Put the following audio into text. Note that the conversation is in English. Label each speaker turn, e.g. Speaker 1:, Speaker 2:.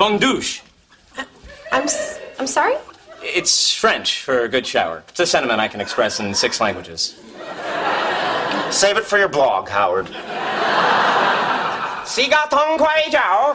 Speaker 1: Bondouche.
Speaker 2: I'm, s- I'm sorry?
Speaker 1: It's French for a good shower. It's a sentiment I can express in six languages.
Speaker 3: Save it for your blog, Howard.
Speaker 1: 洗个痛快脚。